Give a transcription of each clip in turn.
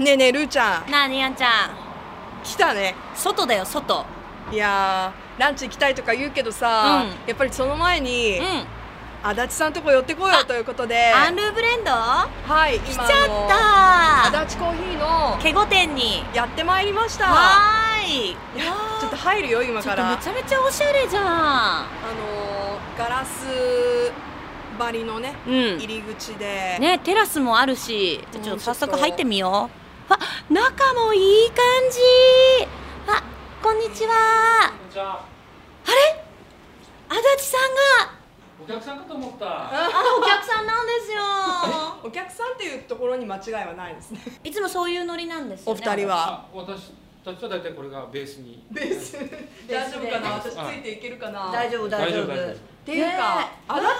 ねえねえるーちゃんなあにやんちゃん来たね外だよ外いやーランチ行きたいとか言うけどさ、うやっぱりその前に、うん足立さんとこ寄ってこようということでアンルーブレンド来はいち今あゃのっ足立コーヒーのたケゴ店にやってまいりましたはーいいやちょっと入るよ今ちかょっとらめちゃめちゃおしゃれじゃあのーガラス張りのねんうん入り口で、ねテラスもあるしじゃあちょっと早速入ってみようあ中もいい感じあこんにちはこんにちは。足立さん がお客さんかと思った。あお客さんなんですよお客さんっていうところに間違いはない ですねいつもそういうノリなんですよねお二人はあ、私たちは大体これがベースに。ベース大丈夫かな私ついていけるかな大丈夫大丈夫大丈夫大丈っていうかね、え足立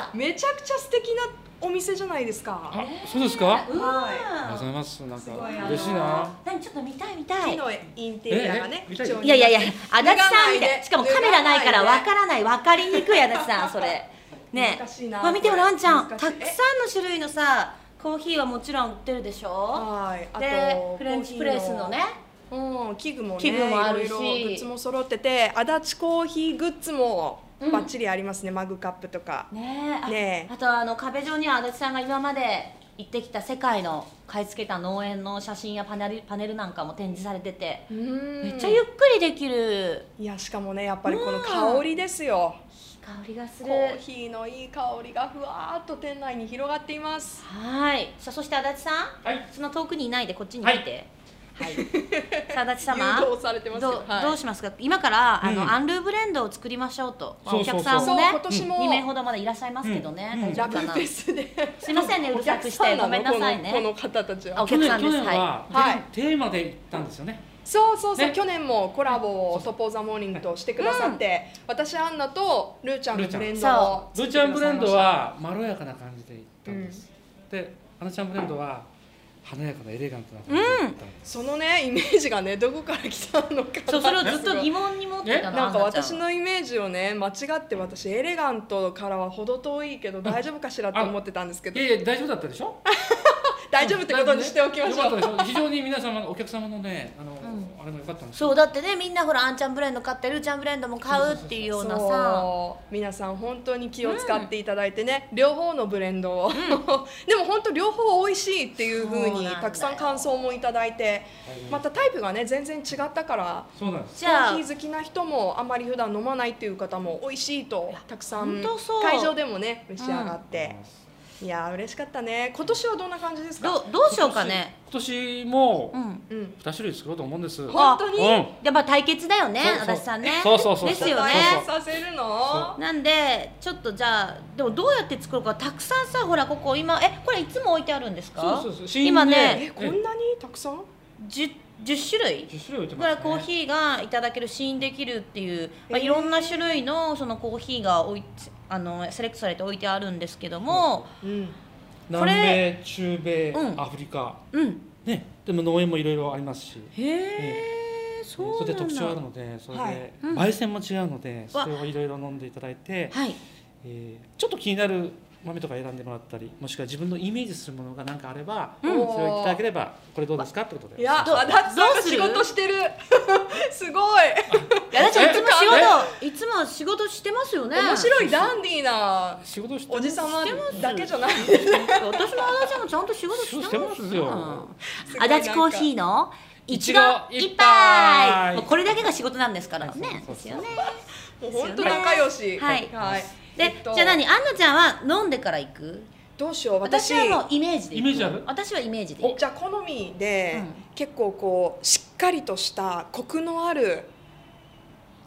さん、めちゃくちゃ素敵なお店じゃないですか。あ、そうですか。ありうはいがとうござんいます。なんかすごいあの嬉しいな。何ちょっと見たい見た木いのインテリアがね、ええ貴重にいやいやいや、なって足立さんみた脱がないでしかもカメラないから脱がわからない、わかりにくい足立さん、それ。ね難しいなまあ見てよ、ランちゃん、た難くしいさんの種類のさ、コーヒーはもちろん売ってるでしょはい、あでと、フレンチプレスのね。、コーヒーのうん、器具もね、器具もあるしいろいろグッズも揃ってて、足立コーヒーグッズもうんバッチリありますね、マグカップとか。ねえねえあ、あとあの壁上には足立さんが今まで行ってきた世界の買い付けた農園の写真やパネルパネルなんかも展示されてて、めめっちゃゆっくりできるいや、しかもね、やっぱりこの香りですよ。いい香りがする。コーヒーのいい香りがふわーっと店内に広がっています。はい。さあそして足立さん。はい。その遠くにいないでこっちに来て。はい。さあ足立様。誘導されてますけどうど、はいどうしますか。今からあの、うんアンルーブレンドを作りましょうと。まあそうおそうそ客うさんそもう、ね。今年も2名ほどまだいらっしゃいますけどね。うん大丈ラ夫ブかフな。ェスで。すいませんねうるさくしてごめんなさいねこのこの方たちあおは客さんで去す。年はは、はいテーテーマで行ったんですよね。そうそうそう、ね去年もコラボを「トポーザモーニング」としてくださって、私アンナとルーちゃんのブレンドをブーちゃんブレンドはまろやかな感じで行ったんです。で、あのちゃんブレンドは華やかなエレガントな感じで行ったんです。そのねイメージがねどこから来たのかい。そうそれをずっと疑ね問に持ってたの。なんかアンナち私ゃん。のイメージをね間違って私エレガントからは程遠いけど大丈夫かしらと思ってたんですけいどやいや大丈夫だったでしょ。大丈夫ってことにしておきましょよう。かったでしょ非常に皆様のお客様のねあの、あれも良かったんですよ。そうだってねみんなほらあんちゃんブレンド買ってるーちゃんブレンドも買うっていうようなさ。そう皆さん本当に気を使っていただいてね、両方のブレンドを、 でも本当両方美味しいっていう風そうになんだよたくさん感想もいただいてまたタイプがね全然違ったからそうなんです。じゃあコーヒー好きな人もあんまり普段飲まないっていう方も美味しいとたくさん本当そう会場でもね召し上がって、いやー嬉しかったね今年はどんな感じですかどうどうしようかね。今年もうん。うん、 2種類作ろうと思うんです、本当にうんでまあ対決だよねそうそう足立さんね。そうそうそうそうですよね。そうさせるのそなんでちょっとじゃあでもどうやって作ろうかたくさんさほらここ今えこれいつも置いてあるんですかそうそうそう新今えねえこんなにたくさん 10, 10種類10種類置いてぐますらねいコーヒーがいただける試飲できるっていう、まあ、いろんな種類のそのコーヒーが置いあのセレクトされて置いてあるんですけどもうんこれ南米中米、うんアフリカうんねでも農園もいろいろありますしへえそうなそれんでだ特徴あるのでそれで、はいうん焙煎も違うのでそれをいろいろ飲んでいただいて、はいえーちょっと気になる豆とか選んでもらったりもしくは自分のイメージするものが何かあれば、うんそれをいただければこれどうですかってことでいやそうそ足う立さんどがうす仕る事してる すごいいやだっていつも 仕え事いつも仕事してますよね面い白いダンディーな仕事しておますじさまだけじゃない私も足立さんもちゃんと仕事してますしてますよすごい足立コーヒーのいいちちごご一一杯杯もうこれだけが仕事なんですからはいねそうそうそうですよねもう本当仲良しはいで、えっとじゃあ何アンナちゃんは飲んでから行くどうしよう私私はもうイメージで行くイメージある私はイメージで行くじゃあ好みで、うん結構こうしっかりとしたコクのある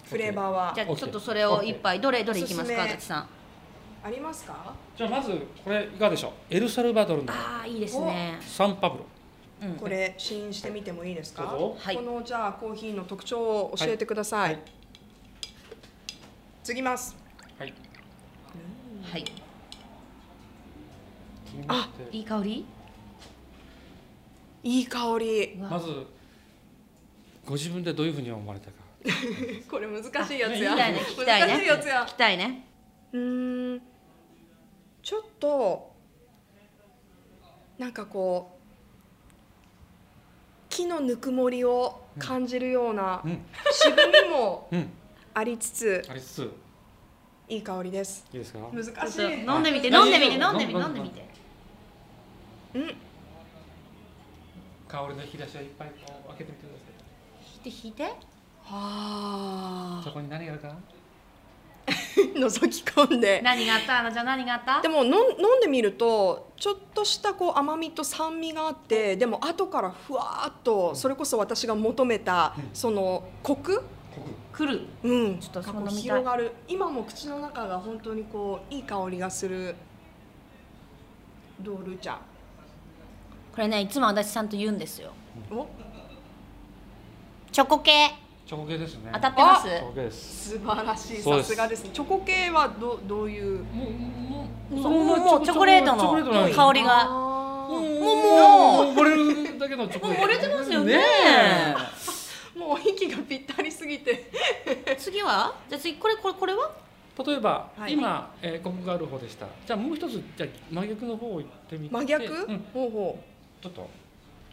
フレーバーはじゃあ OK ちょっとそれを一杯どれどれいきますかおすすめ足立さんありますかじゃあまずこれいかがでしょうエルサルバドルのああいいですねサンパブロうんこれ試飲してみてもいいですかどうぞはいこのじゃあコーヒーの特徴を教えてください、次ますはいはい気になっていい香りいい香りうわまずご自分でどういうふうに思われたか これ難しいやつ聞やきたいね聞きたいね難しいやつや聞きたいねうーんちょっとなんかこう木のぬくもりを感じるようなうん渋みもうんありつつありつついい香りですいいですか難しいちょっと飲んでみてあ飲んでみていいよ飲んでみて飲ん飲んでみてうん香りの引き出しをいっぱいこう開けてみてくださ引いて引いてあいそこに何があるかー覗き込んで何があったあのちゃん何があったでも飲ん飲んでみるとちょっとしたこう甘みと酸味があってでも後からふわーっとそれこそ私が求めたうんそのコク、ここ来るうん、ちょっとがそこのう飲みたい広がる今も口の中が本当にこういい香りがするどうルーちゃんこれねいつも足立さんと言うんですよおチョコ系チョコ系ですね当たってますチョコ系です素晴らしいそうさですすがですねチョコ系はどどういうもうもうもうもうチョコレートチョコレートのの香りがあもうーもうもう漏れるだけのチョコもう漏れてますよねもう息がぴったりすぎて次はじゃあ次これこれこれはえ例えば、はい今、えー、ここがある方でしたじゃあもう一つじゃあ真逆の方行ってみて真逆、うん、ほうほうちょっとこ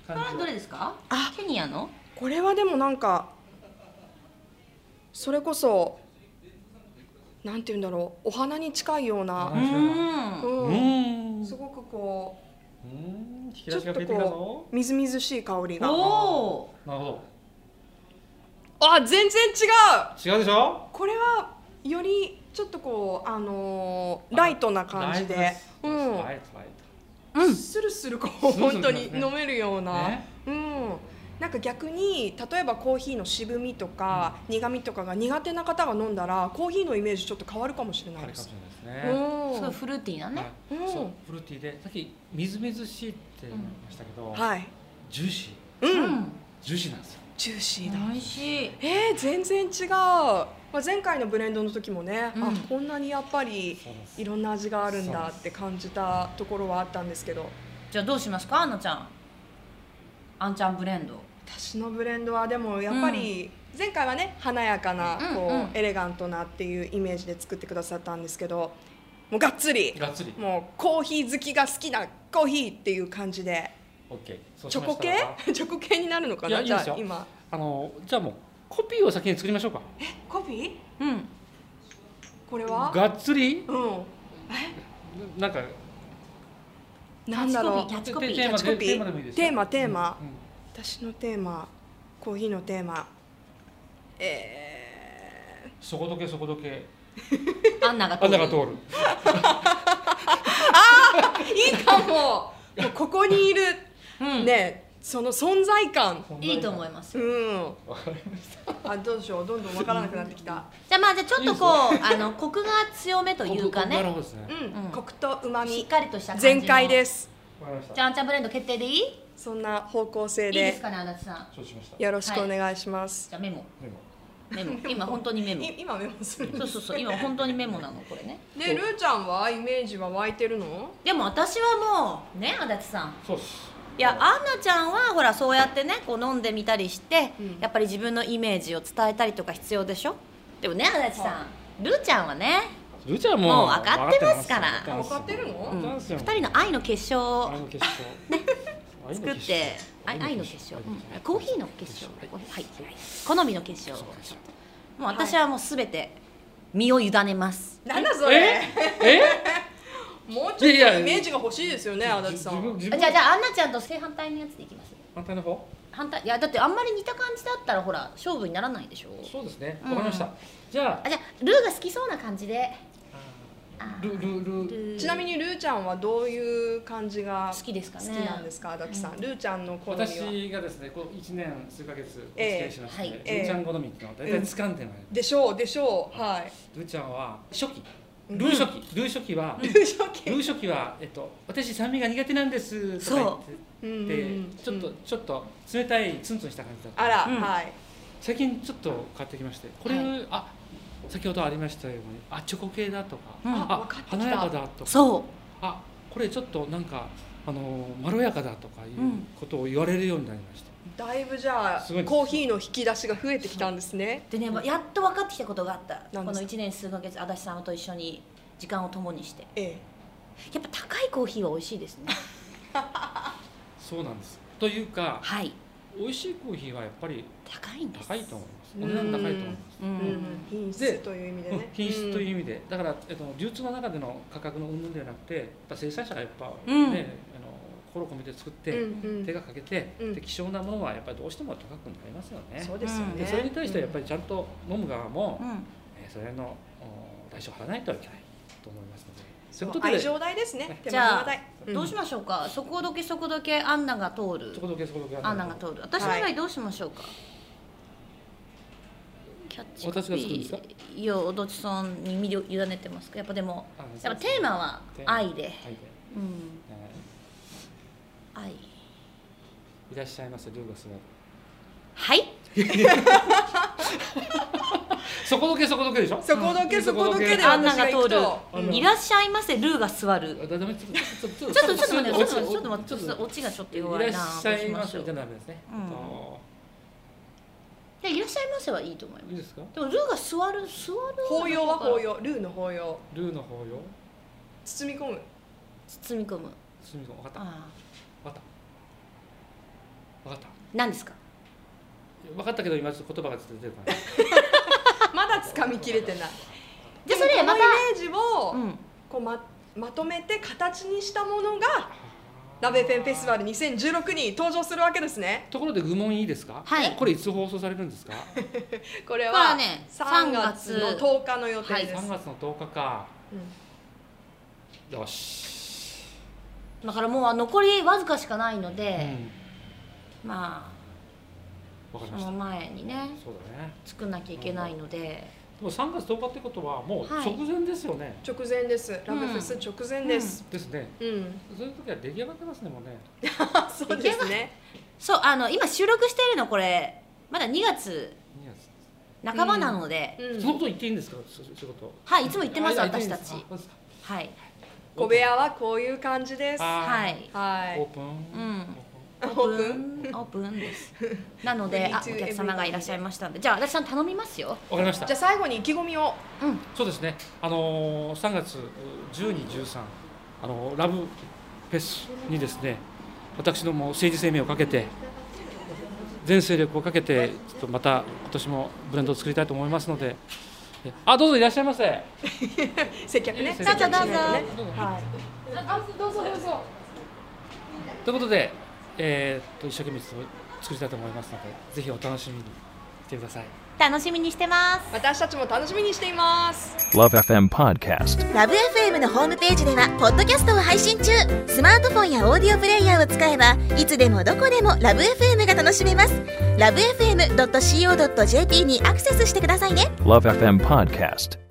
れは感どじれですかあケニアのこれはでもなんかそれこそなんて言うんだろうお花に近いようううな、んうんをうんすごくこうん引うき出ちしょがっ増とえてきたこぞうみずみずしい香りがおなるほあ全然違うど違うでしょこれはよりちょっとこうあのーライトな感じライでうトすラんイトライーうんスルスルこう本当に飲めるようトな、ねうんなんか逆に例えばコーヒーの渋みとか苦みとかが苦手な方が飲んだらコーヒーのイメージちょっと変わるかもしれあなるいかもでしす。れないですねすごいはフルーティーなねはいうんそうフルーティーでさっきみずみずしいって言いましたけど、い、ジューシーうん、ジューシーなんですよジューシーだ。美味しいえー、全然違う。まあ前回のブレンドの時もね、うんあこんなにやっぱりそうなんですいろんな味があるんだって感じたところはあったんですけど、じゃあどうしますかあのちゃんあんちゃんブレンド私のブレンドはでもやっぱり前回はね華やかなうんこう、うんエレガントなっていうイメージで作ってくださったんですけど、もうがっつり。がっつりもうコーヒー好きが好きなコーヒーっていう感じで OK そうチしョまコした系らチョコ系になるのかないやじゃいいですあよ今あのじゃあもうコピーを先に作りましょうかコピーうんこれはがっつりうなんかんなんだろキャッチコピーテーマキャッチコピーテーマでもいいですよテーマテーマうんうんう私のテーマコーヒーのテーマえそこどけそこどけアンナがあんなが通るー、いいかももうここにいるうんねその存在感いいと思いますうんわかりましたあどうでしょうどんどんわからなくなってきたじゃあまあじゃあちょっとこうあのコクが強めというかなるねほどですねうん、うんコクと旨し味っかりとした感じの全開ですわかりましたじゃああんちゃんブレンド決定でいいいそんな方向性いでですかね足立さん承知しましたでよろしくお願いします。じゃあメモもメモ今本当にメモい今メモする。そうそうそう今本当にメモなのこれねで、ルーちゃんはイメージは湧いてるの？でも私はもうね足立さんそうっすいやアンナちゃんはほらそうやってねこう飲んでみたりして、うんやっぱり自分のイメージを伝えたりとか必要でしょでもね足立さん、はルーちゃんはねルちゃんももう分かってますから分かってるのうん分かってますよ二人の愛の結晶愛をの結晶愛の作っ結晶て愛愛の結晶、うんコーヒーの結晶はいコーヒーはい、はい、好みの結晶をもう私はもうすべて身を委ねます、なんだそえれ。えもうちょっいやいとやイメージが欲しいですよね、足立さ自分ん。自分じゃあじゃあアンナちゃんと正反対のやつでいきます反対の方反対いやだってあんまり似た感じだったらほら勝負にならないでしょそうですねうわんかりましたじゃあじゃあルーが好きそうな感じであルルルちなみににルーちゃんはどういう感じが好きです好かきねなんですか、足立さん。ルーちゃんの好みは。私がですねこう一年数ヶ月お付き合いしましてえはえルいーちゃん好みっていうのを大体掴んでまいりでしょう、でしょう、はい。ルーちゃんは初期うんルー初期ルー初期はルーショルー初期はえっと私酸味が苦手なんですとか言っててちょっとちょっと冷たいツンツンした感じだったあら、うんはい。最近ちょっと買ってきましてこれ、はあ先ほどありましたようにあチョコ系だとか、うんああ分かってきた華やかだとかそうあこれちょっとなんかあのまろやかだとかいうことを言われるようになりました、だいぶじゃあすごいですコーヒーの引き出しが増えてきたんですね。でねやっと分かってきたことがあった何こですのか1年数ヶ月足立さんと一緒に時間を共にしてえやっぱ高いコーヒーは美味しいですねそうなんですという かはい美味しいコーヒーはやっぱり高いんです高いと思いますうんお値段高いと思いますうんうん品質という意味でうんね 品質という意味で、だから、えっと、流通の中での価格の云々ではなくてやっぱ生産者がやっぱ、ねうんあの心を込めて作って、うん手がかけて、うんで希少なものはやっぱりどうしても高くなりますよね。そうですようんねでそれに対してやっぱりちゃんと飲む側も、うんえーそれのお代償を払わないといけないと思いますのでそういうそうことで愛そ情代ですね手じゃ間あ代うんどうしましょうかそこどけそこどけアンナが通るこどけそこどけアンナが通る私の場合どうしましょうか、キャッチコピ私が作るんですかーいやおどちさんに身を委ねてますかやっぱでもあそやうっぱテーマはテーマ愛で、うん、はいでえ愛ーいらっしゃいませルーガスがはいそこどけそこどけでしょそこどけそこどけでアンナ私がが行通くるとう、んいらっしゃいませルーが座るあだダメちょっとちょっちょっとちょっと待ってちょっと落ちょっと待ってちょっと落ちがちょっと弱いいならっしゃいまどせうしじましゃょダメですね、うんとういやいらっしゃいませはいいと思いいいますですかでもルーが座る座る法要は法要ルーの法要ルーの方よ包み込む包み込むすみません分かった分あかった分かったー何ですか分かったけど今ちょっと言葉がちょっと出てるからまだ掴みきれてないじゃあそれでもまこたのイメージをうんこうままとめて形にしたものがラベペンフェスティバル2016に登場するわけですねところで愚問いいですかはいこれいつ放送されるんですかこれこれははね3月の10日の予定です、 3月の10日かうんよし、だからもう残りわずかしかないのうで、んまわあかりそましのた前にねそうだね作んなきゃいけないので、でも3月10日ってことはもうはい直前ですよね、直前ですラブフェス直前ですですねうん、そういう時は出来上がってますねもうねあ そうですねそうあの今収録しているのこれまだ2月いいやつ半ばなので、うんそのこと言っていいんですかそ仕事はいいつも言ってますあいや私たいちいんですかはい小部屋はこういう感じですあはいはいオープン、んオープオープンオープン ですなので We need あ to お客様がいらっしゃいましたんでじゃあ足立さん頼みますよンわかりましたじゃあ最後に意気込みをうんそうですね、あのー、3月12、13、あのーラブフェスにですね、私ども政治生命をかけて、全勢力をかけて、ちょっとまた今年もブレンドを作りたいと思いますので、えあどうぞいらっしゃいませ。接客ね接客接客しないとねどうぞはいということで、えーっと一生懸命作りたいと思いますので、ぜひお楽しみにしてください。楽しみにしてます私たちも楽しみにしています。 Love FM Podcast. ラブ f m のホームページではポッドキャストを配信中スマートフォンやオーディオプレイヤーを使えばいつでもどこでもラブ f m が楽しめますラブ FM.co.jp にアクセスしてくださいね Love FM Podcast.